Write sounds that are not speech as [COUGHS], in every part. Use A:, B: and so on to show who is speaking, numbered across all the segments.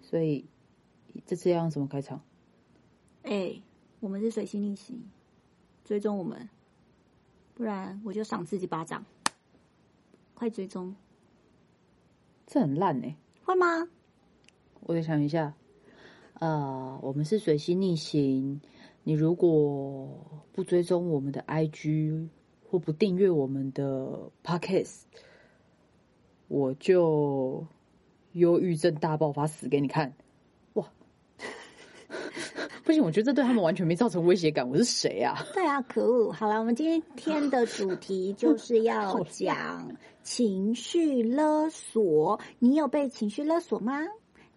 A: 所以这次要用什么开场？
B: 哎、我们是水星逆行，追踪我们，不然我就赏自己巴掌。快追踪，
A: 这很烂哎、
B: 会吗？
A: 我得想一下。呃，我们是水星逆行，你如果不追踪我们的 IG 或不订阅我们的 Podcast，我就忧郁症大爆发死给你看！哇， [LAUGHS] 不行，我觉得这对他们完全没造成威胁感。我是谁啊？
B: 对啊，可恶！好了，我们今天的主题就是要讲情绪勒索。你有被情绪勒索吗？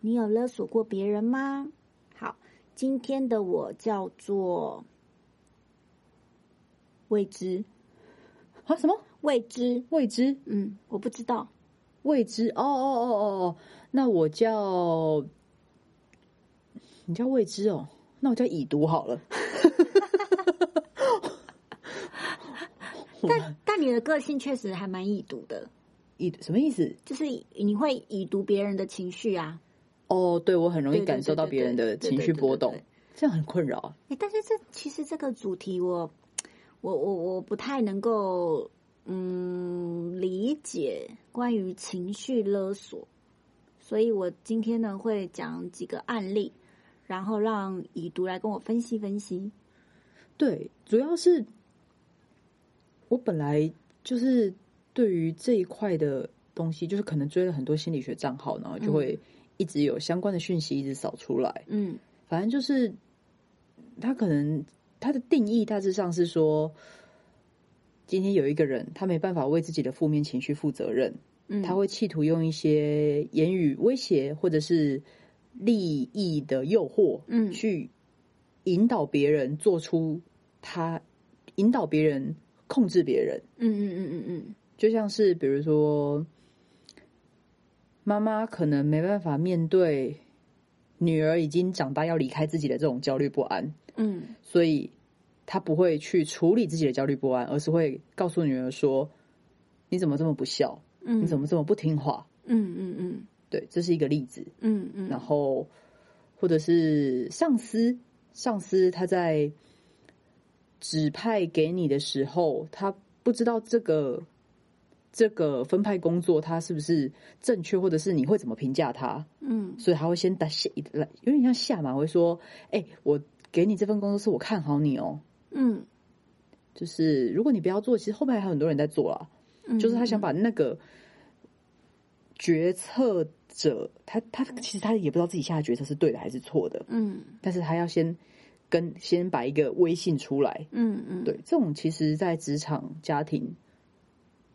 B: 你有勒索过别人吗？好，今天的我叫做未知，
A: 啊，什么
B: 未知，
A: 未知？
B: 嗯，我不知道，
A: 未知？哦哦哦哦哦，那我叫你叫未知哦，那我叫已读好了。
B: 但但你的个性确实还蛮已读的，
A: 已什么意思？
B: 就是你会已读别人的情绪啊，
A: 哦，对我很容易
B: 对对
A: 感受到
B: 对
A: 别人
B: 对
A: 的
B: 对
A: 情
B: 对
A: 绪
B: 对
A: 波
B: 对
A: 动
B: 对，
A: 这样很困扰啊。
B: 欸但是这其实这个主题我，我我我不太能够嗯理解关于情绪勒索，所以我今天呢会讲几个案例，然后让以读来跟我分析分析。
A: 对，主要是我本来就是对于这一块的东西，就是可能追了很多心理学账号，然后就
B: 嗯
A: 会一直有相关的讯息一直扫出来。
B: 嗯
A: 反正就是他可能他的定义大致上是说，今天有一个人他没办法为自己的负面情绪负责任，
B: 嗯，
A: 他会企图用一些言语威胁或者是利益的诱惑，
B: 嗯
A: 去引导别人做出他引导别人控制别人，
B: 嗯嗯嗯嗯嗯
A: 就像是比如说，妈妈可能没办法面对女儿已经长大要离开自己的这种焦虑不安，
B: 嗯
A: 所以她不会去处理自己的焦虑不安，而是会告诉女儿说：“你怎么这么不孝？
B: 嗯，
A: 你怎
B: 么
A: 么这么不听话
B: 嗯嗯嗯？”
A: 对，这是一个例子。
B: 嗯嗯，
A: 然后或者是上司，上司他在指派给你的时候，他不知道这个这个分派工作他是不是正确，或者是你会怎么评价他，
B: 嗯
A: 所以他会先打下来，有点像下马威说：“哎、我给你这份工作是我看好你哦。”
B: 嗯
A: 就是如果你不要做，其实后面还有很多人在做啊啦。
B: 嗯，
A: 就是他想把那个决策者，他他其实他也不知道自己下的决策是对的还是错的，
B: 嗯
A: 但是他要先跟先把一个威信出来。
B: 嗯嗯
A: 对，这种其实，在职场、家庭，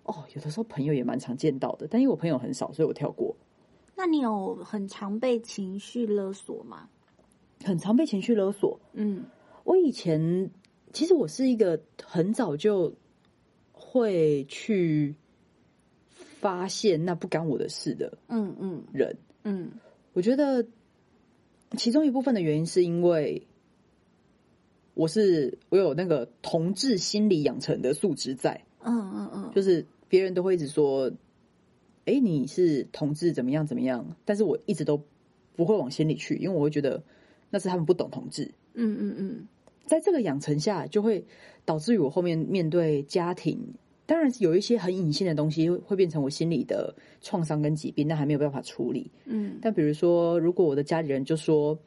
A: 哦，有的时候朋友也蛮常见到的，但因为我朋友很少，所以我跳过。
B: 那你有很常被情绪勒索吗？
A: 很常被情绪勒索。
B: 嗯
A: 我以前其实我是一个很早就会去发现那不干我的事的
B: 嗯嗯
A: 人，
B: 嗯
A: 我觉得其中一部分的原因是因为我是我有那个同志心理养成的素质在，
B: 嗯嗯嗯，
A: 就是别人都会一直说，哎，你是同志怎么样怎么样，但是我一直都不会往心里去，因为我会觉得那是他们不懂同志。
B: 嗯嗯嗯
A: 在这个养成下，就会导致于我后面面对家庭，当然是有一些很隐性的东西会变成我心里的创伤跟疾病，但还没有办法处理。
B: 嗯
A: 但比如说，如果我的家里人就说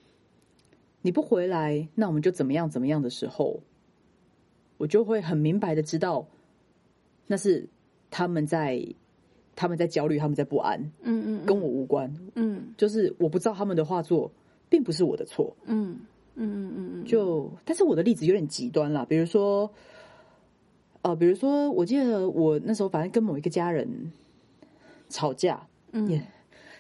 A: 你不回来，那我们就怎么样怎么样的时候，我就会很明白的知道，那是他们在他们在焦虑，他们在不安，
B: 嗯嗯，
A: 跟我无关。
B: 嗯
A: 就是我不照他们的话做，并不是我的错。
B: 嗯嗯嗯嗯嗯，
A: 就但是我的例子有点极端啦，比如说，呃，比如说，我记得我那时候反正跟某一个家人吵架，
B: 嗯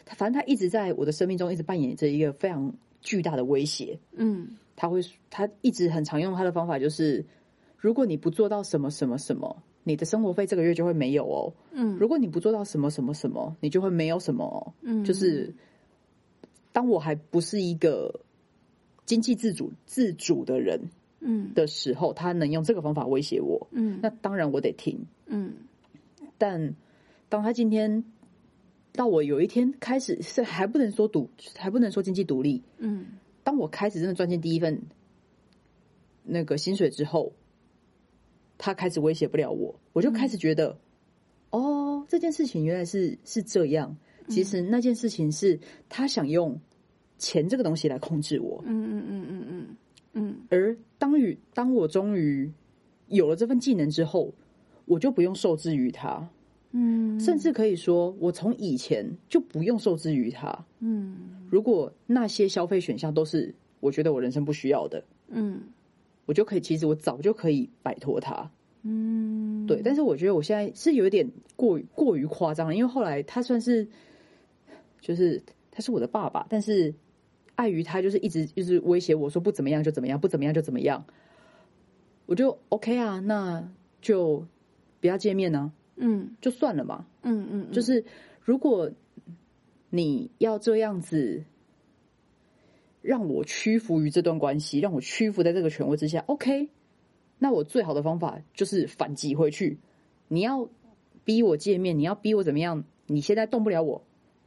A: 他反正他一直在我的生命中一直扮演着一个非常巨大的威胁。
B: 嗯
A: 他会，他一直很常用他的方法就是，如果你不做到什么什么什么，你的生活费这个月就会没有哦。
B: 嗯，
A: 如果你不做到什么什么什么，你就会没有什么、哦。
B: 嗯
A: 就是当我还不是一个经济自主自主的人
B: 嗯
A: 的时候，他能用这个方法威胁我，
B: 嗯
A: 那当然我得听。
B: 嗯
A: 但当他今天到我有一天开始是还不能说独，还不能说经济独立。
B: 嗯
A: 当我开始真的赚进第一份那个薪水之后，他开始威胁不了我，我就开始觉得，哦，这件事情原来是是这样。其实那件事情是他想用钱这个东西来控制我，
B: 嗯嗯嗯嗯嗯嗯
A: 而当与当我终于有了这份技能之后，我就不用受制于他，
B: 嗯，
A: 甚至可以说，我从以前就不用受制于他。
B: 嗯
A: 如果那些消费选项都是我觉得我人生不需要的，
B: 嗯
A: 我就可以，其实我早就可以摆脱它。
B: 嗯，
A: 对，但是我觉得我现在是有点过于过于夸张了，因为后来他算是，就是他是我的爸爸，但是碍于他就是一直就是威胁我说不怎么样就怎么样，不怎么样就怎么样，我就 OK 啊，那就不要见面呢、
B: 嗯
A: 就算了嘛。
B: 嗯嗯，
A: 就是如果你要这样子让我屈服于这段关系，让我屈服在这个权威之下，OK，那我最好的方法就是反击回去。你要逼我见面，你要逼我怎么样？你现在动不了我，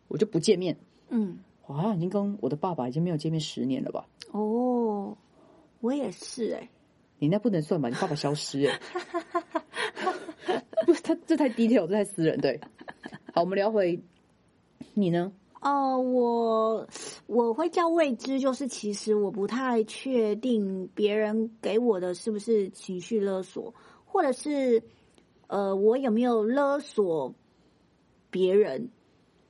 A: 我就不见面。
B: 嗯
A: 我好像已经跟我的爸爸已经没有见面十年了吧？
B: 哦，我也是哎、
A: 你那不能算吧？你爸爸消失哎、 [LAUGHS] 不，他这太低调，这太私人。对，好，我们聊回你呢？
B: 哦，我我会叫未知，就是其实我不太确定别人给我的是不是情绪勒索，或者是呃，我有没有勒索别人？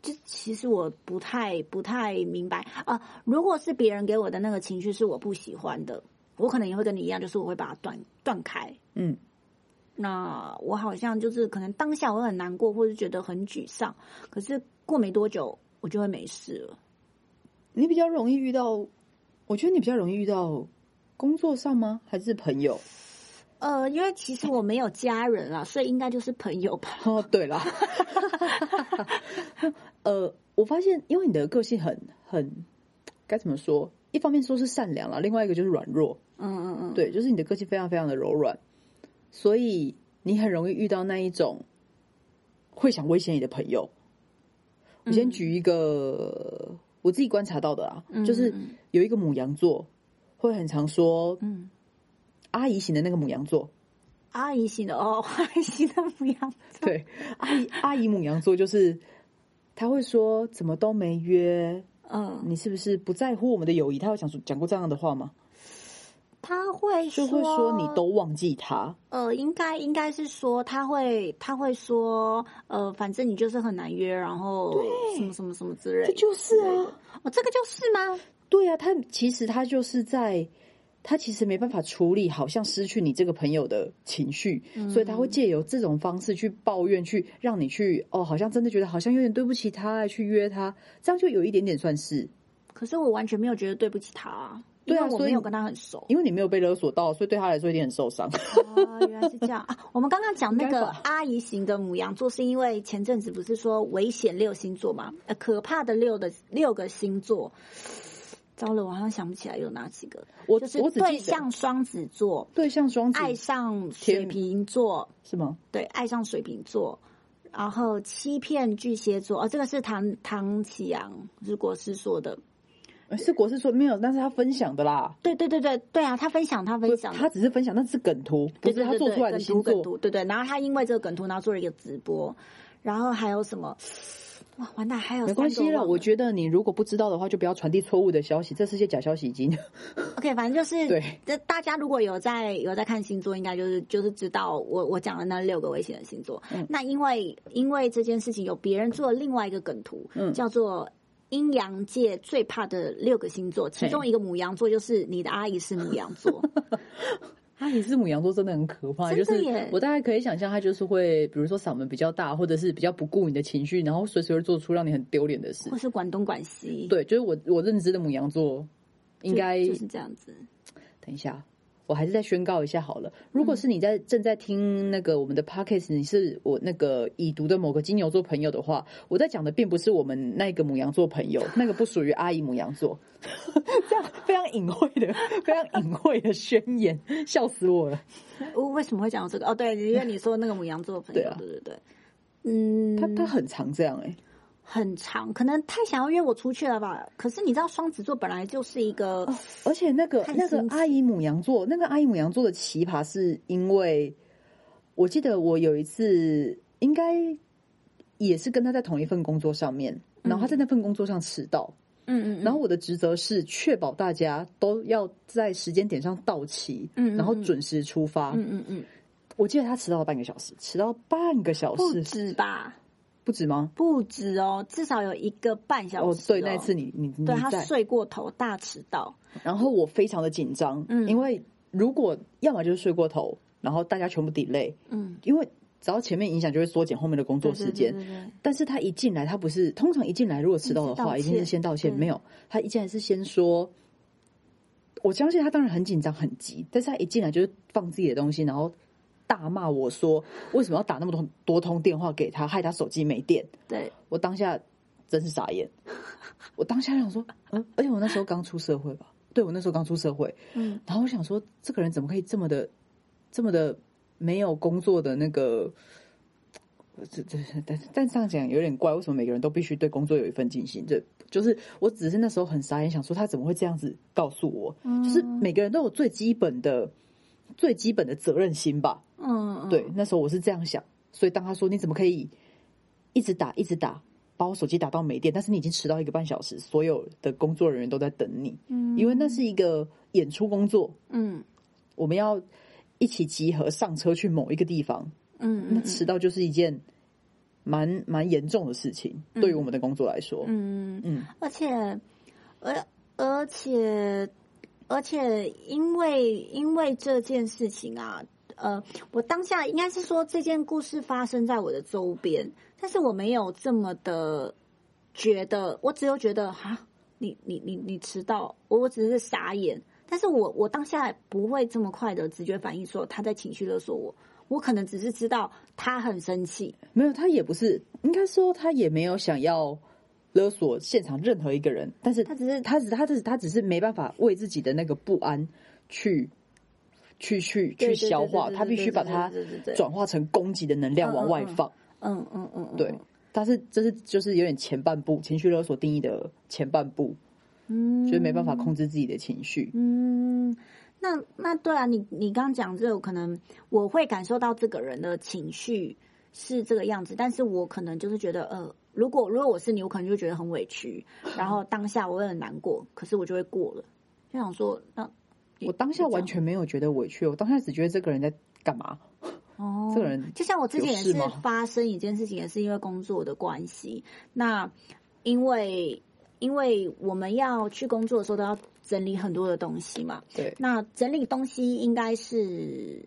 B: 这其实我不太不太明白啊、如果是别人给我的那个情绪是我不喜欢的，我可能也会跟你一样，就是我会把它断断开。
A: 嗯。
B: 那我好像就是可能当下我会很难过，或者觉得很沮丧，可是过没多久我就会没事了。
A: 你比较容易遇到，我觉得你比较容易遇到工作上吗？还是朋友？
B: 呃，因为其实我没有家人啊，所以应该就是朋友吧。
A: 哦，对了， [LAUGHS] 呃，我发现因为你的个性很很该怎么说？一方面说是善良了，另外一个就是软弱。
B: 嗯嗯嗯，，
A: 对，就是你的个性非常非常的柔软，所以你很容易遇到那一种会想威胁你的朋友。我先举一个、我自己观察到的啊，就是
B: 嗯嗯
A: 有一个母羊座会很常说
B: 嗯，
A: 阿姨型的那个母羊 [LAUGHS] 座，
B: 阿姨型的哦， [LAUGHS] 阿姨型的母羊，
A: 对，阿姨阿姨母羊座就是，他会说怎么都没约，
B: 嗯，
A: 你是不是不在乎我们的友谊？他会讲出讲过这样的话吗？
B: 他会
A: 就会说你都忘记他，
B: 呃，应该应该是说他会他会说呃，反正你就是很难约，然后
A: 对
B: 什么什么什么之类
A: 这
B: 的，
A: 就是啊，
B: 哦，这个就是吗？
A: 对啊，他其实他就是在。他其实没办法处理，好像失去你这个朋友的情绪，所以他会借由这种方式去抱怨，去让你去哦，好像真的觉得好像有点对不起他，去约他，这样就有一点点算是，
B: 可是我完全没有觉得对不起他、啊，
A: 对啊
B: 因为我
A: 所以
B: 没有跟他很熟。
A: 因为你没有被勒索到，所以对他来说一定很受伤。
B: 哦，原来是这样啊！我们刚刚讲那
A: 应该
B: 个
A: 吧
B: 阿姨型的母羊座，是因为前阵子不是说危险六星座嘛？呃，可怕的六的六个星座，糟了，我好像想不起来有哪几个。
A: 我
B: 就是
A: 我只记
B: 对
A: 得
B: 象双子座，
A: 对象双子
B: 爱上水瓶座，
A: 是吗？
B: 对，爱上水瓶座，然后欺骗巨蟹座。哦，这个是唐唐启阳，是国师说的。
A: 呃是国师说没有，但是他分享的啦，
B: 对对对对对啊，他分享他分享的
A: 他只是分享，那是梗图，不
B: 对
A: 是
B: 对
A: 他
B: 对
A: 做
B: 对，
A: 出来的
B: 梗
A: 星
B: 图梗
A: 座。
B: 图，对对。然后他因为这个梗图，然后做了一个直播，然后还有什么？哇，完蛋，还有
A: 没关系
B: 了，
A: 啦，我觉得你如果不知道的话，就不要传递错误的消息，这是些假消息已
B: [LAUGHS]
A: 经。
B: OK，反正就是
A: 对，
B: 这大家如果有在有在看星座，应该就是就是知道我我讲的那六个危险的星座。
A: 嗯
B: 那因为因为这件事情，有别人做了另外一个梗图，
A: 嗯
B: 叫做。阴阳界最怕的六个星座，其中一个母羊座就是你的阿姨是母羊
A: [LAUGHS]
B: 座，
A: 阿姨是母羊座，真的很可怕，
B: 真的
A: 就是
B: 耶
A: 我大概可以想象，他就是会，比如说嗓门比较大，或者是比较不顾你的情绪，然后随时会做出让你很丢脸的事
B: 或。是广东广西，
A: 对，就是我我认知的母羊座，
B: 就，
A: 应该
B: 就是这样子。
A: 等一下，我还是再宣告一下好了。如果是你在正在听那个我们的 podcast，你是我那个已读的某个金牛座朋友的话，我在讲的并不是我们那个母羊座 [LAUGHS] 朋友，那个不属于阿姨母羊座。 [LAUGHS] 这样非常隐晦的、非常隐晦的宣言，笑死我了。
B: 我为什么会讲到这个？哦哦，对，因为你说那个母羊座的朋
A: 对
B: 友
A: 啊，
B: 对对对，嗯，
A: 他他很常这样哎、
B: 很长，可能太想要约我出去了吧？可是你知道，双子座本来就是一个，
A: 哦，而且那个
B: 看
A: 那个
B: 心情
A: 阿姨母羊座，那个阿姨母羊座的奇葩，是因为我记得我有一次应该也是跟她在同一份工作上面，然后她在那份工作上迟到，
B: 嗯
A: 然后我的职责是确保大家都要在时间点上到齐，
B: 嗯嗯
A: 然后
B: 嗯
A: 准时出发。
B: 嗯嗯嗯，
A: 我记得她迟到了半个小时，迟到半个小
B: 不
A: 时
B: 止吧？
A: 不止吗？
B: 不止哦，至少有一个半小
A: 哦
B: 时、，
A: 对，那一次，你你你
B: 对他
A: 在，
B: 睡过头，大迟到。
A: 然后我非常的紧张，
B: 嗯
A: 因为如果要么就是睡过头，然后大家全部 delay，
B: 嗯，
A: 因为只要前面影响就会缩减后面的工作时间。
B: 对对对对对
A: 但是他一进来，他不是通常一进来如果迟到的话，
B: 嗯
A: 一
B: 是道歉
A: 定是先道歉，
B: 嗯
A: 没有他一进来是先说。我相信他当然很紧张很急，但是他一进来就是放自己的东西，然后大骂我说为什么要打那么多多通电话给他，害他手机没电。
B: 对，
A: 我当下真是傻眼，我当下想说，嗯，而且我那时候刚出社会吧，对我那时候刚出社会，
B: 嗯，
A: 然后我想说，这个人怎么可以这么的、这么的没有工作的那个？这这但但这样讲有点怪，为什么每个人都必须对工作有一份尽心？这就是我只是那时候很傻眼，想说他怎么会这样子告诉我？
B: 嗯
A: 就是每个人都有最基本的、最基本的责任心吧。
B: 嗯，嗯
A: 对，，那时候我是这样想，所以当他说你怎么可以一直打一直打，把我手机打到没电，但是你已经迟到一个半小时，所有的工作人员都在等你，
B: 嗯
A: 因为那是一个演出工作，
B: 嗯
A: 我们要一起集合上车去某一个地方，
B: 嗯，
A: 那迟到就是一件蛮蛮严重的事情，对于我们的工作来说，
B: 嗯，
A: 嗯，
B: 而且，而而且而且，因为因为这件事情啊，呃，我当下应该是说这件故事发生在我的周边，但是我没有这么的觉得，我只有觉得哈，你你你你迟到，我我只是傻眼，但是我我当下不会这么快的直觉反应说他在情绪勒索我，我可能只是知道他很生气，
A: 没有，他也不是，应该说他也没有想要。勒索现场任何一个人，但是
B: 他只是
A: 他只他只他只是没办法为自己的那个不安去去去去
B: 对对对
A: 消化，
B: 对对
A: 他必须
B: 对对
A: 把它
B: 对对对对
A: 转化成攻击的能量往外放。
B: 嗯嗯嗯嗯，
A: 对，但是这是就是有点前半部情绪勒索定义的前半部，
B: 嗯，
A: 就是没办法控制自己的情绪。
B: 嗯，那那对啊，你你刚刚讲这个，可能我会感受到这个人的情绪是这个样子，但是我可能就是觉得，呃，如果如果我是你，我可能就觉得很委屈，然后当下我会很难过，可是我就会过了，就想说，那
A: 我当下完全没有觉得委屈，我当下只觉得这个人在干嘛？
B: 哦，
A: 这个人
B: 就像我之前也
A: 有
B: 是
A: 事吗
B: 发生一件事情，也是因为工作的关系。那因为因为我们要去工作的时候，都要整理很多的东西嘛。
A: 对
B: 那整理东西应该是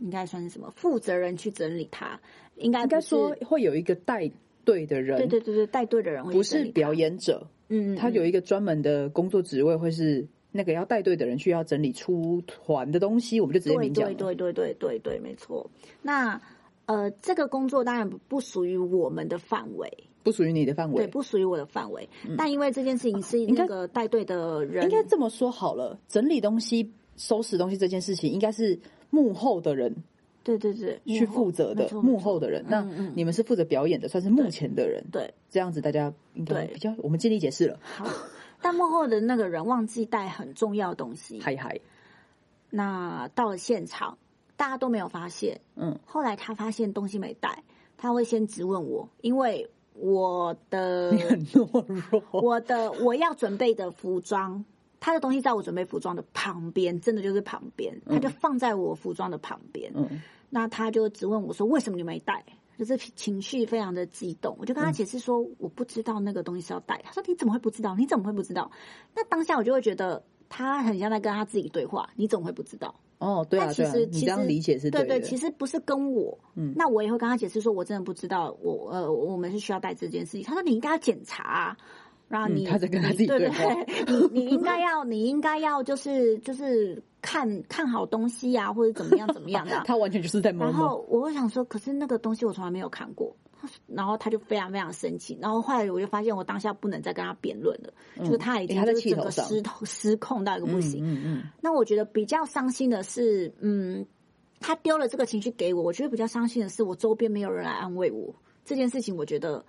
B: 应该算是什么？负责人去整理它，应该
A: 应
B: 不
A: 该
B: 是
A: 说会有一个带队的人，
B: 对对对对，带队的人会去
A: 不是
B: 整理它
A: 表，演者，
B: 嗯，嗯
A: 他有一个专门的工作职位，会是那个要带队的人去要整理出团的东西，我们就直接
B: 对
A: 明讲
B: 对
A: 了。
B: 对对对对对，没错。那呃，这个工作当然不不属于我们的范围，
A: 不属于你的范围。
B: 对，不属于我的范围。但因为这件事情是
A: 嗯该
B: 那个带队的人，
A: 应该这么说好了，整理东西、收拾东西这件事情，应该是幕后的人
B: 对对对，
A: 去
B: 幕后
A: 负责
B: 没
A: 的，
B: 错
A: 幕
B: 没错
A: 后的人。那
B: 嗯嗯
A: 你们是负责表演的，算是幕前的人。
B: 对
A: 这样子大家应该
B: 对
A: 比较，我们尽力解释了。
B: 好。但幕后的那个人忘记带很重要的东西，
A: 嗨嗨，
B: 那到了现场，大家都没有发现。
A: [LAUGHS] 嗯，
B: 后来他发现东西没带，他会先质问我，因为我的
A: 你很懦弱。
B: 我的我要准备的服装，他的东西在我准备服装的旁边，真的就是旁边，他就放在我服装的旁边。
A: 嗯，
B: 那他就质问我说：“为什么你没带？”就是情绪非常的激动，我就
A: 嗯
B: 跟他解释说：“我不知道那个东西是要带。”他说：“你怎么会不知道？你怎么会不知道？”那当下我就会觉得他很像在跟他自己对话，你怎么会不知道？
A: 哦，对啊，
B: 但其
A: 对啊
B: 实，
A: 你
B: 其
A: 这
B: 实
A: 样理解是
B: 对
A: 的。嗯
B: 其实不是跟我，那我也会跟他解释说，我真的不知道，我呃，我们是需要带这件事情。他说你应该要检查、啊，然后
A: 嗯
B: 你、
A: 他在跟他自己
B: 你对
A: 对
B: 对对， [LAUGHS] 你你应该要，你应该要就是就是看看好东西呀、或者怎么样怎么样的啊、
A: [LAUGHS] 他完全就是在摸
B: 然
A: 摸。
B: 后我会想说，可是那个东西我从来没有看过。他说然后他就非常非常生气，然后后来我就发现我当下不能再跟他辩论了，就是他已
A: 因
B: 经
A: 为嗯哎他在
B: 就是
A: 气
B: 整
A: 头
B: 个
A: 上
B: 失头失控到一个不
A: 嗯
B: 行。
A: 嗯嗯，
B: 那我觉得比较伤心的是，嗯，他丢了这个情绪给我，我觉得比较伤心的是，我周边没有人来安慰我这件事情，我觉得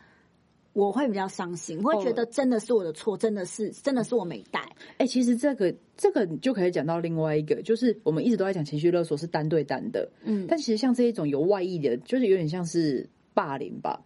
B: 我会比较伤心，我会觉得真的是我的错，真的是真的是我没带。
A: 哎、其实这个这个你就可以讲到另外一个，就是我们一直都在讲情绪勒索是单对单的，
B: 嗯，
A: 但其实像这一种有外溢的，就是有点像是霸凌吧，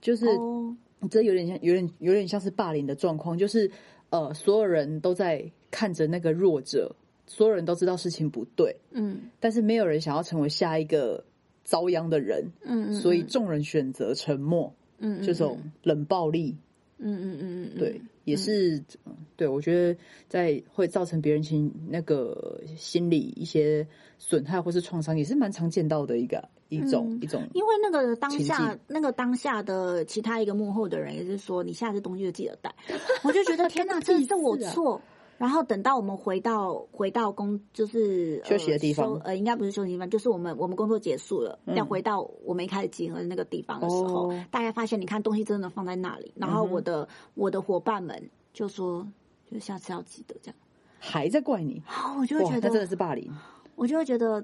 A: 就是、
B: 哦
A: 这有点像，有点有点像是霸凌的状况，就是呃，所有人都在看着那个弱者，所有人都知道事情不对，
B: 嗯
A: 但是没有人想要成为下一个遭殃的人，
B: 嗯嗯，
A: 所以众人选择沉默，
B: 嗯
A: 这种冷暴力，
B: 嗯嗯嗯嗯
A: 对，也是，嗯对我觉得在会造成别人情那个心理一些损害或是创伤，也是蛮常见到的一个一种、
B: 嗯
A: 一种，
B: 因为那个当
A: 情
B: 下
A: 境，
B: 那个当下的其他一个幕后的人也是说，你下次东西就记得 [LAUGHS] 带。我就觉得天 [LAUGHS] 哪，真的是我错。然后等到我们回到回到工，就是呃
A: 休息的地方
B: 收呃，应该不是休息地方，就是我们我们工作结束了，再回到我们一开始集合的那个地方的时候，
A: 哦
B: 大概发现你看东西真的放在那里，然后
A: 嗯哼
B: 我的、我的伙伴们就说，就下次要记得这样。
A: 还在怪你，
B: 然哦后我就会
A: 哇，
B: 觉
A: 那真的
B: 得，
A: 是霸凌。
B: 我就会觉得，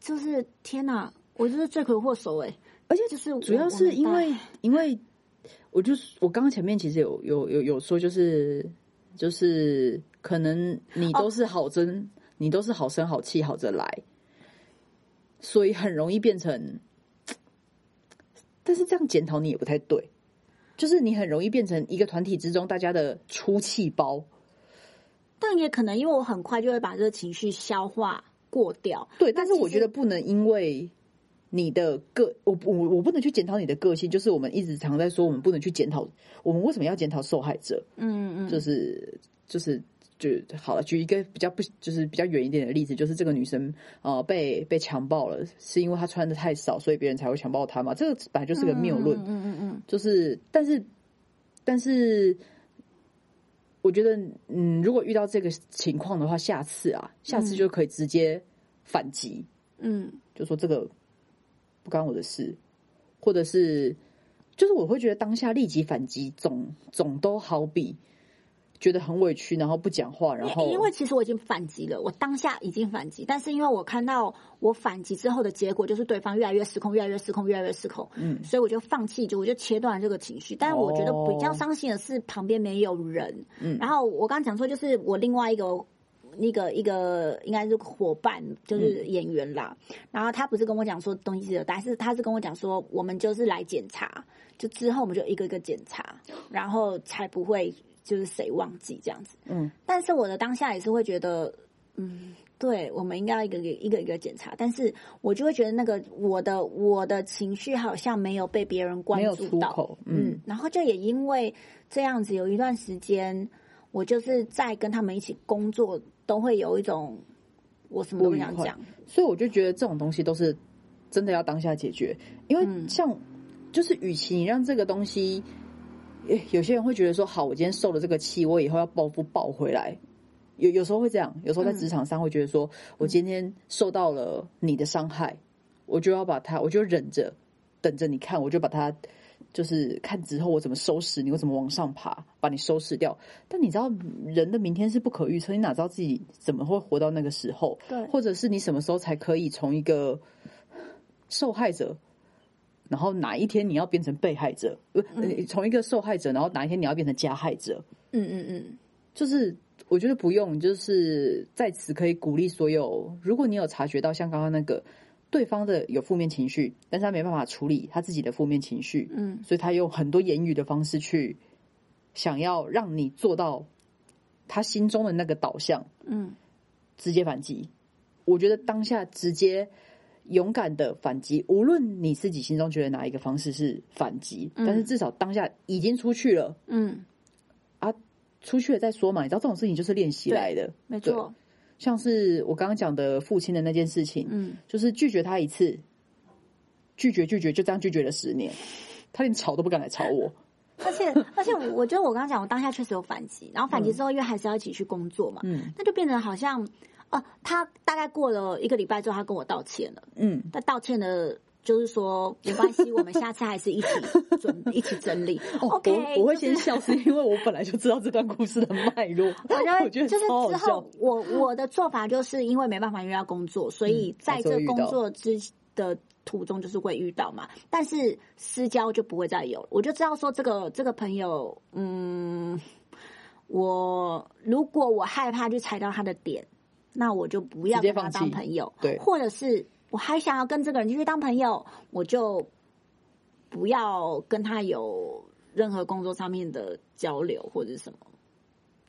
B: 就是天哪，我就是罪魁祸首哎、
A: 而且
B: 就是我
A: 主要
B: 我
A: 是
B: 没
A: 因
B: 带
A: 为，因为我就是我刚刚前面其实有有有有说，就是就是可能你
B: 哦
A: 都是好争，你都是好声好气好着来，所以很容易变成。但是这样检讨你也不太对，就是你很容易变成一个团体之中大家的出气包。
B: 但也可能因为我很快就会把这个情绪消化过掉。
A: 对，但是
B: 其
A: 我觉
B: 实
A: 得不能因为你的个，我不我我不能去检讨你的个性，就是我们一直常在说，我们不能去检讨，我们为什么要检讨受害者？
B: 嗯嗯
A: 就是就是就好了。举一个比较不就是比较远一点的例子，就是这个女生呃被被强暴了，是因为她穿的太少，所以别人才会强暴她嘛？这个本来就是个谬论，
B: 嗯嗯嗯
A: 就是但是但是。我觉得，嗯，如果遇到这个情况的话，下次啊，下次就可以直接反击，
B: 嗯嗯，
A: 就说这个不干我的事，或者是就是我会觉得当下立即反击总总都好比觉得很委屈，然后不讲话，然
B: 因
A: 后
B: 为因为其实我已经反击了，我当下已经反击，但是因为我看到我反击之后的结果就是对方越来越失控，越来越失控，越来越失控，
A: 嗯
B: 所以我就放弃，就我就切断了这个情绪。但是我觉得比较伤心的是旁边没有人，
A: 哦嗯
B: 然后我刚刚讲说就是我另外一个那个一个应该是伙伴，
A: 嗯
B: 就是演员啦。然后他不是跟我讲说东西记得带，是他是跟我讲说我们就是来检查，就之后我们就一个一个检查，然后才不会就是谁忘记这样子。
A: 嗯
B: 但是我的当下也是会觉得，嗯，对，我们应该要一个一个一个一个检查。但是我就会觉得那个我的我的情绪好像没有被别人关
A: 没有
B: 注
A: 出
B: 到，
A: 口，嗯
B: 嗯，然后就也因为这样子，有一段时间，我就是在跟他们一起工作，都会有一种我什么都不想讲，
A: 所以我就觉得这种东西都是真的要当下解决，因为
B: 嗯
A: 像、就是，与其你让这个东西，诶有些人会觉得说，好，我今天受了这个气，我以后要报复报回来。有有时候会这样，有时候在职场上会觉得说，我今天受到了你的伤害，我就要把它，我就忍着，等着你看，我就把它，就是看之后我怎么收拾你，我怎么往上爬，把你收拾掉。但你知道，人的明天是不可预测，你哪知道自己怎么会活到那个时候？
B: 对
A: 或者是你什么时候才可以从一个受害者，然后哪一天你要变成被害者？不、呃从一个受害者，然后哪一天你要变成加害者？
B: 嗯嗯嗯，
A: 就是我觉得不用，就是在此可以鼓励所有，如果你有察觉到像刚刚那个对方的有负面情绪，但是他没办法处理他自己的负面情绪，
B: 嗯，
A: 所以他用很多言语的方式去想要让你做到他心中的那个导向，
B: 嗯，
A: 直接反击。我觉得当下直接勇敢的反击，无论你自己心中觉得哪一个方式是反击，
B: 嗯
A: 但是至少当下已经出去了，
B: 嗯，
A: 出去了再说嘛。你知道这种事情就是练习来的，
B: 没错，
A: 像是我刚刚讲的父亲的那件事情，
B: 嗯，
A: 就是拒绝他一次，拒绝拒绝，就这样拒绝了十年，他连吵都不敢来吵我。[LAUGHS]
B: 而且而且我我觉得我刚刚讲，我当下确实有反击，然后反击之后，因为还是要一起去工作嘛，
A: 嗯
B: 那就变得好像哦、他大概过了一个礼拜之后，他跟我道歉了。
A: 嗯，
B: 他道歉的，就是说没关系，我们下次还是一起
A: [LAUGHS]
B: 准一起整理。
A: 哦
B: OK，
A: 我我会
B: 就是
A: 先笑，是因为我本来就知道这段故事的脉络，
B: 我就
A: 我
B: 会
A: 觉得
B: 就是
A: 超好
B: 之
A: 笑
B: 后。我我的做法就是因为没办法约到工作，所以
A: 嗯
B: 在这
A: 还是会遇到
B: 工作之的途中就是会遇到嘛，但是私交就不会再有，我就知道说这个这个朋友，嗯，我如果我害怕去踩到他的点，那我就不要
A: 直接
B: 跟他
A: 放弃
B: 当朋友，
A: 对
B: 或者是我还想要跟这个人继续当朋友，我就不要跟他有任何工作上面的交流或者是什么。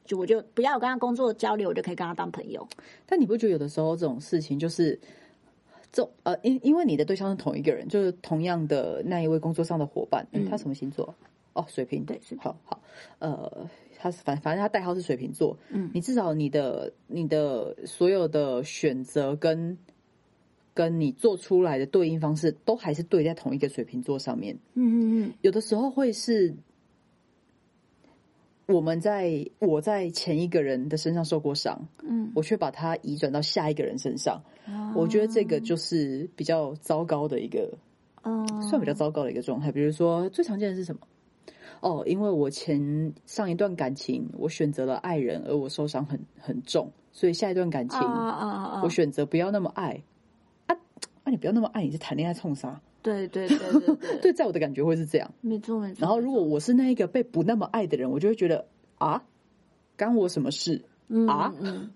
B: 就我就不要有跟他工作交流，我就可以跟他当朋友。
A: 但你不觉得有的时候这种事情就是，这种呃，因因为你的对象是同一个人，就是同样的那一位工作上的伙伴，诶
B: 嗯
A: 他什么星座？哦，水瓶。
B: 对水瓶
A: 好好，呃，他是反反正他代号是水瓶座。
B: 嗯
A: 你至少你的你的所有的选择跟跟你做出来的对应方式，都还是对在同一个水瓶座上面。
B: 嗯嗯
A: 有的时候会是我们在我在前一个人的身上受过伤，
B: 嗯
A: 我却把它移转到下一个人身上，
B: 嗯
A: 我觉得这个就是比较糟糕的一个，
B: 哦
A: 算比较糟糕的一个状态。比如说，最常见的是什么？哦，因为我前上一段感情，我选择了爱人，而我受伤很很重，所以下一段感情，
B: 啊啊啊！
A: 我选择不要那么爱。啊啊！你不要那么爱，你是谈恋爱冲啥？
B: 对对对对
A: [LAUGHS]
B: 对，
A: 对，在我的感觉会是这样。
B: 没错没错。
A: 然后，如果我是那一个被不那么爱的人，我就会觉得啊，干我什么事？
B: 嗯
A: 啊
B: 嗯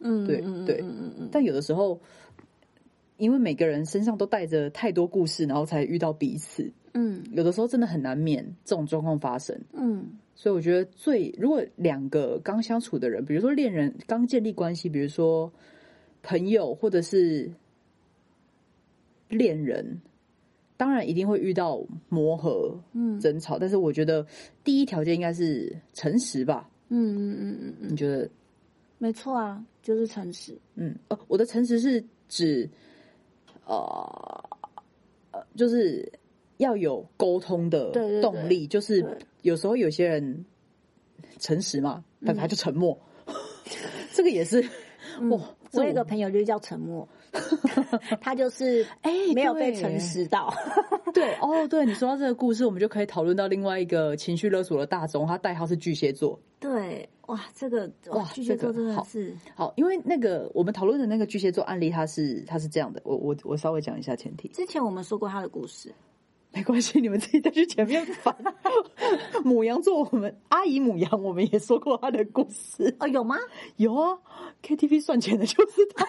B: 嗯，
A: 对
B: 嗯
A: 对
B: 嗯嗯
A: 但有的时候，因为每个人身上都带着太多故事，然后才遇到彼此，
B: 嗯
A: 有的时候真的很难免这种状况发生。
B: 嗯
A: 所以我觉得最，如果两个刚相处的人，比如说恋人刚建立关系，比如说朋友或者是恋人，当然一定会遇到磨合、
B: 嗯
A: 争吵，但是我觉得第一条件应该是诚实吧？
B: 嗯嗯嗯嗯，
A: 你觉得
B: 没错啊，就是诚实。
A: 嗯，呃，我的诚实是指，呃，呃，就是要有沟通的
B: 对对对
A: 动力，就是
B: 对
A: 有时候有些人诚实嘛，但他
B: 嗯
A: 就沉默， [LAUGHS] 这个也
B: [LAUGHS]
A: 是，哇，这
B: 我有一个朋友就是叫沉默， [LAUGHS] 他就是
A: 哎
B: 没有
A: 对
B: 被诚实到。
A: 对哦，对你说到这个故事，我们就可以讨论到另外一个情绪勒索的大宗，他代号是巨蟹座。
B: [LAUGHS] 对，哇，这个
A: 哇
B: 巨蟹座
A: 这
B: 真
A: 个
B: 的
A: 好
B: 是，
A: 好，因为那个我们讨论的那个巨蟹座案例，它是它是这样的，我我我稍微讲一下前提。
B: 之前我们说过他的故事，
A: 没关系，你们自己再去前面翻。 [LAUGHS] 母羊座，我们阿姨母羊，我们也说过她的故事。
B: 哦， [LAUGHS] 有吗？
A: 有啊，KTV 算钱的就是她，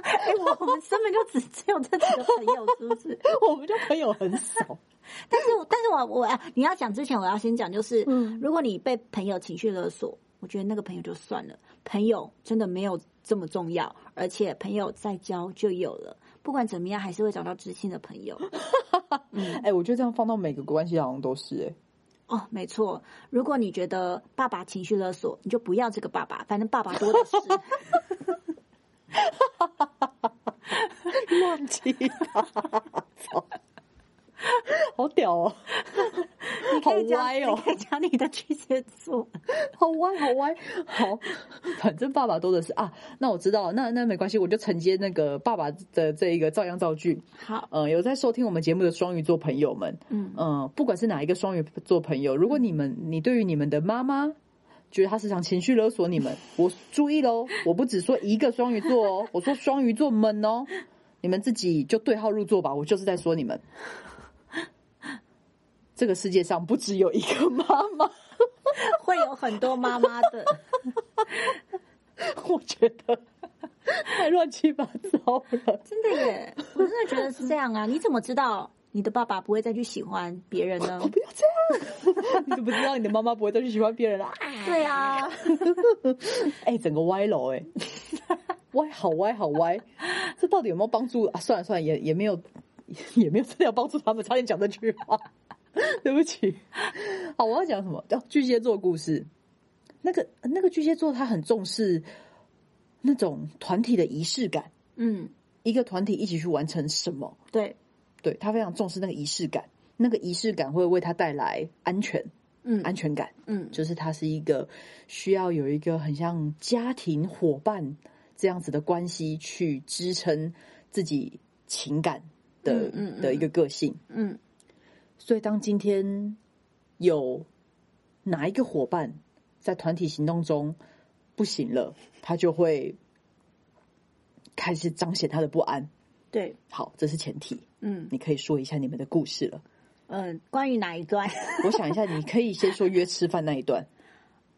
B: 哎，我我们根本就只只有这几个朋友，是不是？
A: 我们就朋友很少。
B: 但是，但是我我你要讲之前，我要先讲，就是、
A: 嗯
B: 如果你被朋友情绪勒索，我觉得那个朋友就算了，朋友真的没有这么重要，而且朋友再交就有了，不管怎么样，还是会找到知心的朋友。嗯
A: 哎、我觉得这样放到每个关系好像都是哎、
B: 哦，没错，如果你觉得爸爸情绪勒索，你就不要这个爸爸，反正爸爸多的 [LAUGHS] 是。
A: 乱七八糟， [LAUGHS] 好屌哦，
B: 你
A: 好
B: 可以讲
A: 歪哦
B: 你可以讲你的巨蟹座。
A: 好歪，好歪，好，反正爸爸多的是啊。那我知道，那那没关系，我就承接那个爸爸的这一个照样造句。
B: [LAUGHS] 好，
A: 呃，有在收听我们节目的双鱼座朋友们，
B: 嗯 [LAUGHS]
A: 嗯，不管是哪一个双鱼座朋友，如果你们你对于你们的妈妈觉得她时常情绪勒索你们，我注意喽，我不只说一个双鱼座哦，我说双鱼座们哦，你们自己就对号入座吧，我就是在说你们。这个世界上不只有一个妈妈，
B: 会有很多妈妈的。
A: 我觉得太乱七八糟了。
B: [LAUGHS] 真的耶，我真的觉得是这样啊！你怎么知道你的爸爸不会再去喜欢别人呢
A: 我？不要这样，你 [LAUGHS] 怎么知道你的妈妈不会再去喜欢别人了、啊？
B: 对 [LAUGHS] 啊，
A: [LAUGHS] 哎、整个歪楼哎、歪好歪好歪，这到底有没有帮助啊？算了算了，也也没有， [LAUGHS] 也没有真的要帮助他们，差点讲这句话， [LAUGHS] 对不起。好，我要讲什么？哦，巨蟹座故事。那个那个巨蟹座，他很重视那种团体的仪式感，
B: 嗯，
A: 一个团体一起去完成什么，
B: 对，
A: 对他非常重视那个仪式感，那个仪式感会为他带来安全
B: 嗯
A: 安全感。
B: 嗯
A: 就是它是一个需要有一个很像家庭伙伴这样子的关系去支撑自己情感的、
B: 嗯嗯嗯
A: 的一个个性。
B: 嗯
A: 所以，当今天有哪一个伙伴在团体行动中不行了，他就会开始彰显他的不安。
B: 对，
A: 好，这是前提。
B: 嗯
A: 你可以说一下你们的故事了。
B: 嗯、呃关于哪一段？
A: 我想一下，你可以先说约吃饭那一
B: [LAUGHS]
A: 段。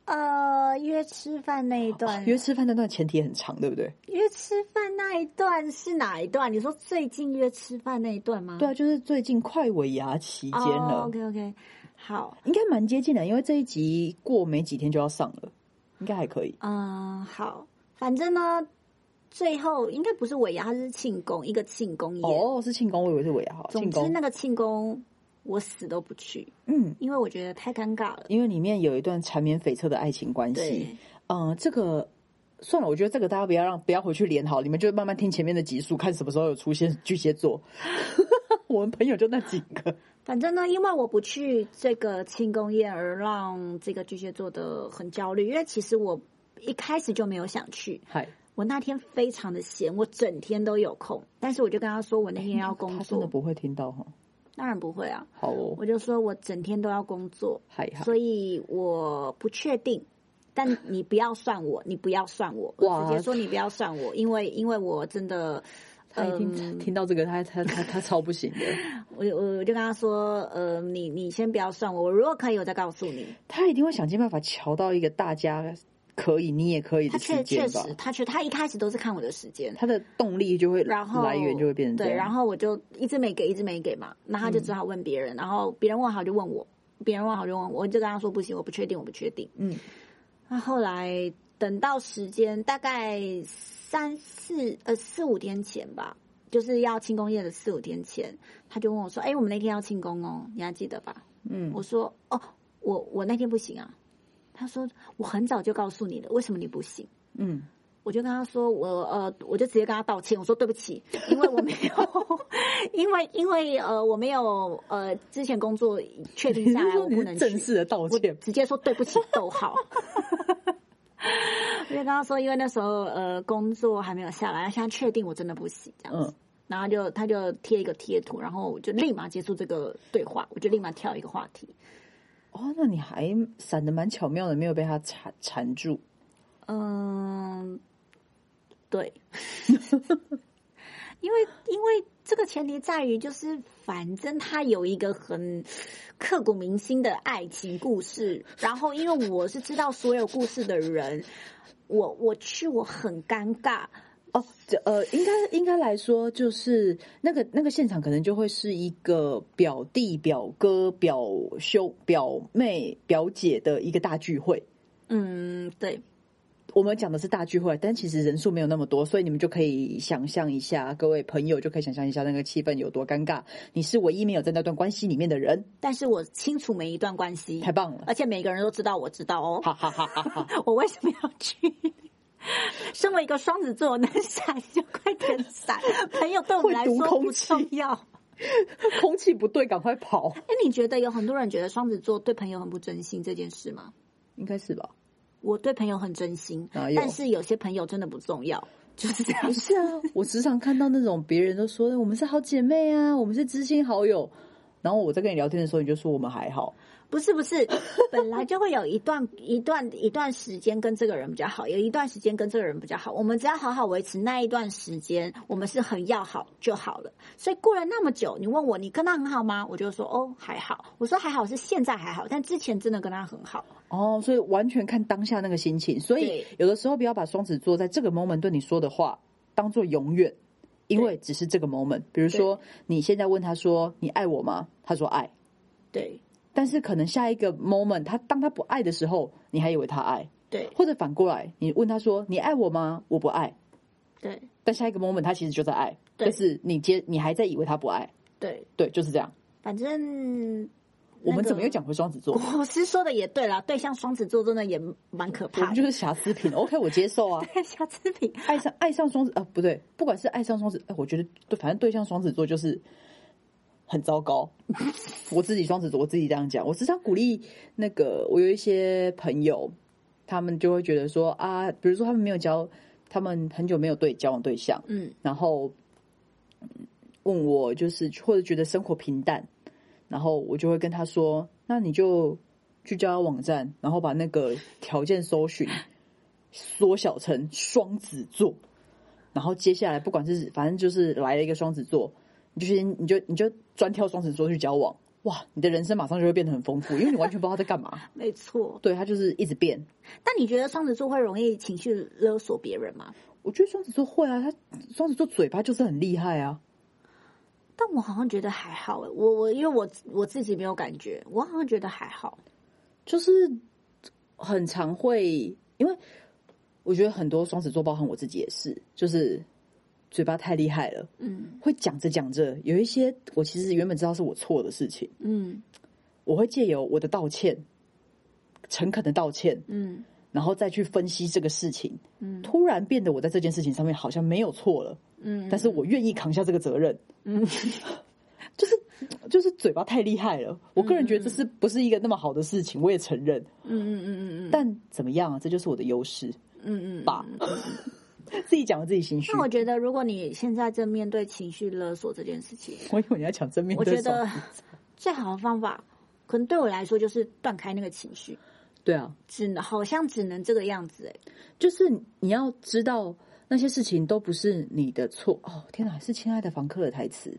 B: 呃，约吃饭那一段，
A: 哦约吃饭那段前提很长，对不对？
B: 约吃饭那一段是哪一段？你说最近约吃饭那一段吗？
A: 对啊，就是最近快尾牙期间
B: 嗯哦
A: 了，
B: OK OK，好，
A: 应该蛮接近的，因为这一集过没几天就要上了，应该还可以。
B: 嗯，好，反正呢，最后应该不是尾牙，它是庆功，一个庆功宴。
A: 哦，是庆功，我以为是尾牙，好
B: 总
A: 庆
B: 之
A: 功
B: 那。个庆功我死都不去，
A: 嗯，
B: 因为我觉得太尴尬了。
A: 因为里面有一段缠绵悱恻的爱情关系
B: 对。，
A: 嗯、这个算了，我觉得这个大家不要让不要回去连好，你们就慢慢听前面的集数，看什么时候有出现巨蟹座。 [LAUGHS] 我们朋友就那几个，
B: 反正呢，因为我不去这个庆功宴，而让这个巨蟹座的很焦虑，因为其实我一开始就没有想去，
A: 嗨，
B: 我那天非常的闲，我整天都有空，但是我就跟他说我那天要工
A: 他真的
B: 作，
A: 不会听到哈。
B: 当然不会啊，
A: 好哦，
B: 我就说我整天都要工作，
A: 嗨嗨，
B: 所以我不确定。但你不要算我， [LAUGHS] 你不要算我，
A: 哇
B: 我直接说你不要算我，因为因为我真的，
A: 他一
B: 嗯
A: 听听到这个，他他他他超不行的，
B: 我我我就跟他说，呃，你你先不要算我，我如果可以，我再告诉你。
A: 他一定会想尽办法瞧到一个大家可以，你也可以
B: 他
A: 的
B: 确
A: 时
B: 确
A: 间吧。
B: 实，他确他一开始都是看我的时间，
A: 他的动力就会
B: 然后
A: 来源就会变成这
B: 对，
A: 样。嗯
B: 然后我就一直没给，一直没给嘛，那他就只好问别人，然后别人问好就问我，别人问好就问我，我就跟他说不行，我不确定，我不确定。
A: 嗯，
B: 那后来等到时间大概三四呃四五天前吧，就是要庆功宴的四五天前，他就问我说：“哎、我们那天要庆功哦，你还记得吧？”
A: 嗯，
B: 我说：“哦，我我那天不行啊。”他说：“我很早就告诉你了，为什么你不行？”
A: 嗯，
B: 我就跟他说，我呃，我就直接跟他道歉，我说对不起，因为我没有， [LAUGHS] 因为因为呃，我没有呃，之前工作确定
A: 你
B: 下
A: 是
B: 来，
A: 说
B: 我
A: 你
B: 不
A: 是
B: 能
A: 正
B: 去，
A: 式的道
B: 我
A: 歉？
B: 直接说对不起，逗号。 [LAUGHS] 我就跟他说，因为那时候呃工作还没有下来，现在确定我真的不行这样子，
A: 嗯
B: 然后他就他就贴一个贴图，然后我就立马结束这个对话，我就立马跳一个话题。
A: 哦，那你还闪的蛮巧妙的，没有被他缠缠住。
B: 嗯，对， [LAUGHS] 因为因为这个前提在于，就是反正他有一个很刻骨铭心的爱情故事，然后因为我是知道所有故事的人，我我去我很尴尬，
A: 哦，这呃，应该应该来说，就是那个那个现场可能就会是一个表弟、表哥、表兄、表妹、表姐的一个大聚会。
B: 嗯，对，
A: 我们讲的是大聚会，但其实人数没有那么多，所以你们就可以想象一下，各位朋友就可以想象一下那个气氛有多尴尬。你是唯一没有在那段关系里面的人，
B: 但是我清楚每一段关系
A: 太，棒了！
B: 而且每个人都知道我知道哦，
A: 哈哈哈哈哈！
B: [LAUGHS] 我为什么要去？身为一个双子座，能闪就快点闪，朋友对我们来
A: 会读
B: 说
A: 空
B: 不
A: 气
B: 重要。
A: 空气不对，赶快跑，
B: 哎，你觉得有很多人觉得双子座对朋友很不真心这件事吗？
A: 应该是吧？
B: 我对朋友很真心，
A: 哪有
B: 但是有些朋友真的不重要，就是这样
A: 不。是啊，我时常看到那种别人都说哎我们是好姐妹啊，我们是知心好友，然后我在跟你聊天的时候，你就说我们还好，
B: 不是不是， [COUGHS] 本来就会有一段一段一段时间跟这个人比较好，有一段时间跟这个人比较好。我们只要好好维持那一段时间，我们是很要好就好了。所以过了那么久，你问我你跟他很好吗？我就说哦还好。我说还好是现在还好，但之前真的跟他很好。
A: 哦，所以完全看当下那个心情。所以
B: 对
A: 有的时候不要把双子座在这个 moment 对你说的话当做永远，因为只是这个 moment。比如说，你现在问他说：“你爱我吗？”他说：“爱。
B: 对”
A: 但是可能下一个 moment，他当他不爱的时候，你还以为他爱，
B: 对
A: 或者反过来，你问他说：“你爱我吗？”我不爱。
B: 对
A: 但下一个 moment，他其实就在爱，
B: 对
A: 但是你接你还在以为他不爱，
B: 对，
A: 对，就是这样。
B: 反正
A: 我们
B: 那个
A: 怎么又讲回双子座？
B: 我是说的也对啦，对象双子座真的也蛮可
A: 我
B: 怕
A: 们
B: [LAUGHS]
A: 就
B: 的。
A: 是瑕疵品，OK，我接受啊。
B: 瑕疵品，
A: 爱上爱上双子啊、呃不对，不管是爱上双子，哎、我觉得对，反正对象双子座就是很糟糕。 [LAUGHS] 我自己双子座，我自己这样讲，我时常鼓励那个我有一些朋友，他们就会觉得说啊，比如说他们没有交，他们很久没有对交往对象，
B: 嗯，
A: 然后嗯问我就是或者觉得生活平淡，然后我就会跟他说，那你就去交友网站，然后把那个条件搜寻缩小成双子座，然后接下来不管是反正就是来了一个双子座，你就先你就你就专挑双子座去交往，哇，你的人生马上就会变得很丰富，因为你完全不知道他在干嘛。
B: 没错。
A: 对他就是一直变。
B: 但你觉得双子座会容易情绪勒索别人吗？
A: 我觉得双子座会啊，他双子座嘴巴就是很厉害啊。
B: 但我好像觉得还好诶，我我因为我我自己没有感觉，我好像觉得还好。
A: 就是很常会，因为我觉得很多双子座，包含我自己也是，就是嘴巴太厉害了，
B: 嗯
A: 会讲着讲着，有一些我其实原本知道是我错的事情，
B: 嗯
A: 我会借由我的道歉，诚恳的道歉，
B: 嗯
A: 然后再去分析这个事情，
B: 嗯
A: 突然变得我在这件事情上面好像没有错了，
B: 嗯，
A: 但是我愿意扛下这个责任，
B: 嗯，
A: [LAUGHS] 就是就是嘴巴太厉害了，我个人觉得这是不是一个那么好的事情，我也承认，
B: 嗯嗯嗯嗯嗯
A: 但怎么样啊，这就是我的优势。
B: 嗯嗯嗯
A: 吧， [LAUGHS] 自己讲了自己心虚。
B: 那我觉得，如果你现在正面对情绪勒索这件事情，
A: 我以为你要讲正面
B: 我
A: 对
B: 觉
A: 手
B: 得 [LAUGHS] 最好的方法，可能对我来说就是断开那个情绪，
A: 对啊，
B: 只能好像只能这个样子、欸。
A: 就是你要知道那些事情都不是你的错。哦，天哪，是《亲爱的房客》的台词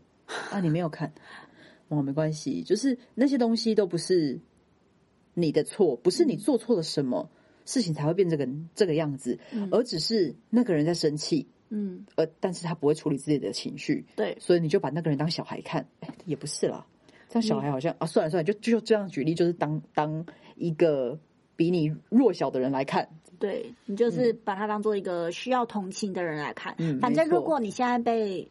A: 啊！你没有看，哦，没关系，就是那些东西都不是你的错，不是你做错了什么事情才会变这个这个样子，
B: 嗯
A: 而只是那个人在生气，
B: 嗯，
A: 呃，但是他不会处理自己的情绪，
B: 对，
A: 所以你就把那个人当小孩看，哎也不是啦。这样小孩好像、啊，算了算了，就就这样举例，就是当当一个比你弱小的人来看，
B: 对你就是把它当做一个需要同情的人来看。
A: 嗯
B: 反正
A: 没错
B: 如果你现在被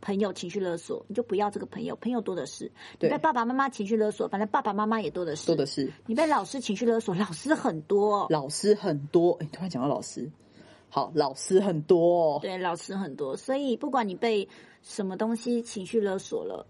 B: 朋友情绪勒索，你就不要这个朋友，朋友多的是；你
A: 对
B: 被爸爸妈妈情绪勒索，反正爸爸妈妈也多的是；
A: 说的是
B: 你被老师情绪勒索，老师很多、
A: 老师很多。哎，突然讲到老师，好，老师很多、哦，
B: 对，老师很多，所以不管你被什么东西情绪勒索了，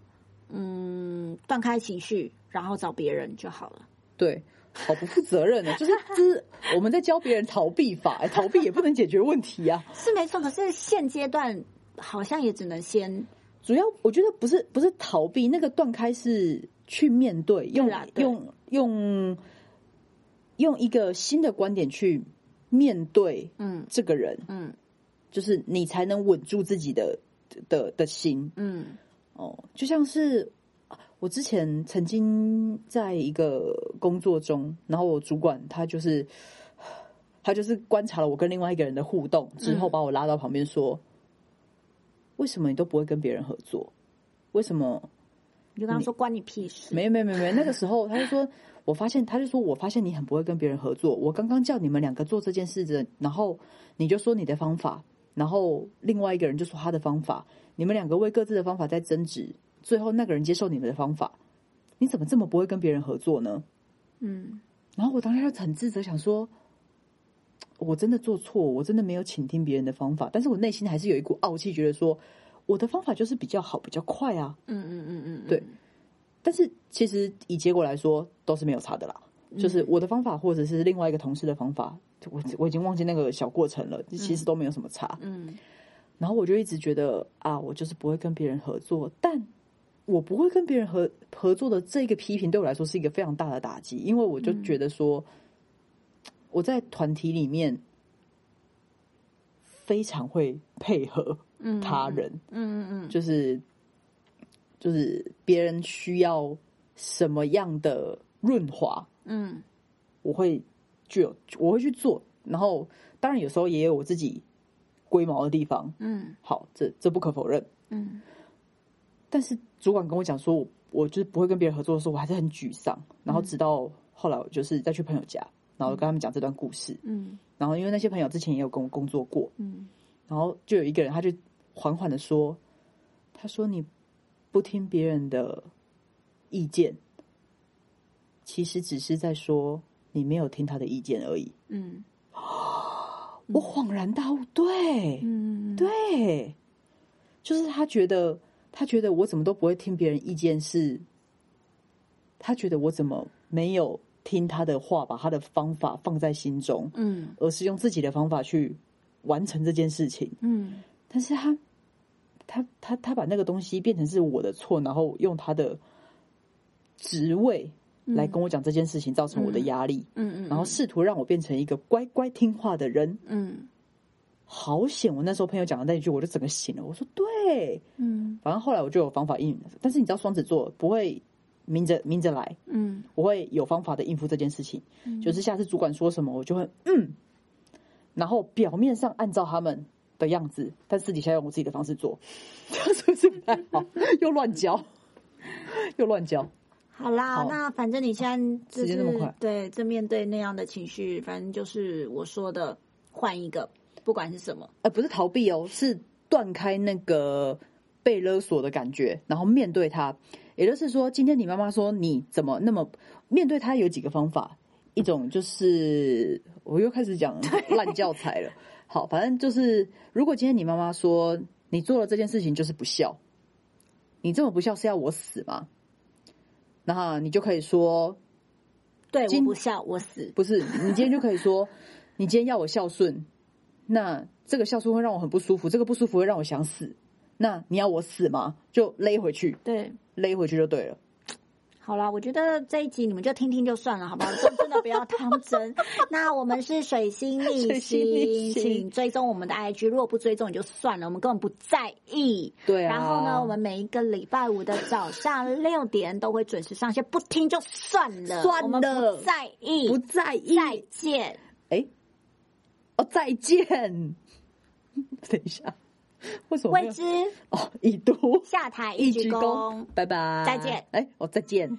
B: 嗯，断开情绪，然后找别人就好了。
A: 对，好不负责任的、哦就是就是我们在教别人逃避法，哎，逃避也不能解决问题啊。
B: 是没错，可是现阶段好像也只能先
A: 主要我觉得不是不是逃避，那个断开是去面对，用
B: 对啦对
A: 用用用一个新的观点去面对
B: 嗯
A: 这个人，
B: 嗯
A: 就是你才能稳住自己的的的心
B: 嗯
A: 哦。就像是啊我之前曾经在一个工作中，然后我主管他就是他就是观察了我跟另外一个人的互动之后，
B: 嗯
A: 把我拉到旁边说：“为什么你都不会跟别人合作？为什么？”
B: 你就跟他说关你屁事。
A: 没有没有没有没有，那个时候他就说，我发现他就说我发现你很不会跟别人合作。我刚刚叫你们两个做这件事的，然后你就说你的方法，然后另外一个人就说他的方法，你们两个为各自的方法在争执，最后那个人接受你们的方法，你怎么这么不会跟别人合作呢？
B: 嗯
A: 然后我当时就很自责，想说。我真的做错，我真的没有倾听别人的方法，但是我内心还是有一股傲气，觉得说我的方法就是比较好、比较快啊。
B: 嗯嗯嗯嗯，
A: 对但是其实以结果来说都是没有差的啦。
B: 嗯
A: 就是我的方法，或者是另外一个同事的方法，我我已经忘记那个小过程了，其实都没有什么差。
B: 嗯
A: 然后我就一直觉得啊，我就是不会跟别人合作，但我不会跟别人合合作的这个批评对我来说是一个非常大的打击，因为我就觉得说我在团体里面非常会配合
B: 嗯，
A: 他人，
B: 嗯，嗯嗯嗯
A: 就是就是别人需要什么样的润滑，
B: 嗯
A: 我会具有我会去做。然后当然有时候也有我自己龟毛的地方，
B: 嗯
A: 好，这这不可否认。
B: 嗯
A: 但是主管跟我讲说我我就是不会跟别人合作的时候，我还是很沮丧。然后直到后来我就是再去朋友家，然后我跟他们讲这段故事。
B: 嗯
A: 然后因为那些朋友之前也有跟我工作过，
B: 嗯
A: 然后就有一个人，他就缓缓的说：“他说你不听别人的意见，其实只是在说你没有听他的意见而已。
B: 嗯
A: 我恍然大悟，对、
B: 嗯，
A: 对，就是他觉得，他觉得我怎么都不会听别人意见是，他觉得我怎么没有听他的话，把他的方法放在心中，
B: 嗯
A: 而是用自己的方法去完成这件事情。
B: 嗯
A: 但是他他他他把那个东西变成是我的错，然后用他的职位来跟我讲这件事情，造成我的压力，
B: 嗯嗯嗯，
A: 然后试图让我变成一个乖乖听话的人。
B: 嗯
A: 好险！我那时候朋友讲的那一句，我就整个醒了。我说对，
B: 嗯
A: 反正后来我就有方法应，但是你知道双子座不会明着明着来，
B: 嗯，
A: 我会有方法的应付这件事情。
B: 嗯
A: 就是下次主管说什么，我就会嗯，然后表面上按照他们的样子，但私底下用我自己的方式做， [LAUGHS] 这样是不是不太好？又乱教， [LAUGHS] 又乱教。
B: 好啦，
A: 好
B: 那反正你现在就
A: 时间
B: 是
A: 这么快
B: 对，正面对那样的情绪，反正就是我说的，换一个，不管是什么，
A: 呃，不是逃避哦，是断开那个被勒索的感觉，然后面对它。也就是说，今天你妈妈说你怎么那么面对它，有几个方法，一种就是我又开始讲烂教材了。好，反正就是，如果今天你妈妈说你做了这件事情就是不孝，你这么不孝是要我死吗？那你就可以说
B: 对，我
A: 今
B: 不笑，我死，
A: 不是，你今天就可以说， [LAUGHS] 你今天要我孝顺，那这个孝顺会让我很不舒服，这个不舒服会让我想死。那你要我死吗？就勒回去，
B: 对。
A: 勒回去就对了。
B: 好啦，我觉得这一集你们就听听就算了，
A: [LAUGHS]
B: 好不好？真真的不要当真。那我们是水星逆
A: 水星逆
B: 行，
A: 行
B: 请追踪我们的 IG。如果不追踪也就算了，我们根本不在意。
A: 对啊。
B: 然后呢，我们每一个礼拜五的早
A: [LAUGHS]
B: 上六点都会准时上线，不听就算了，
A: 算了
B: 我们不在意，
A: 不在意。
B: 再见。
A: 哎，哦，再见。 [LAUGHS] 等一下，为什么没
B: 未
A: 有？
B: 知
A: 哦，已读
B: 下台
A: 一
B: 鞠
A: 鞠
B: 躬
A: 躬，。拜拜。
B: 再见。
A: 哎，哦，再见。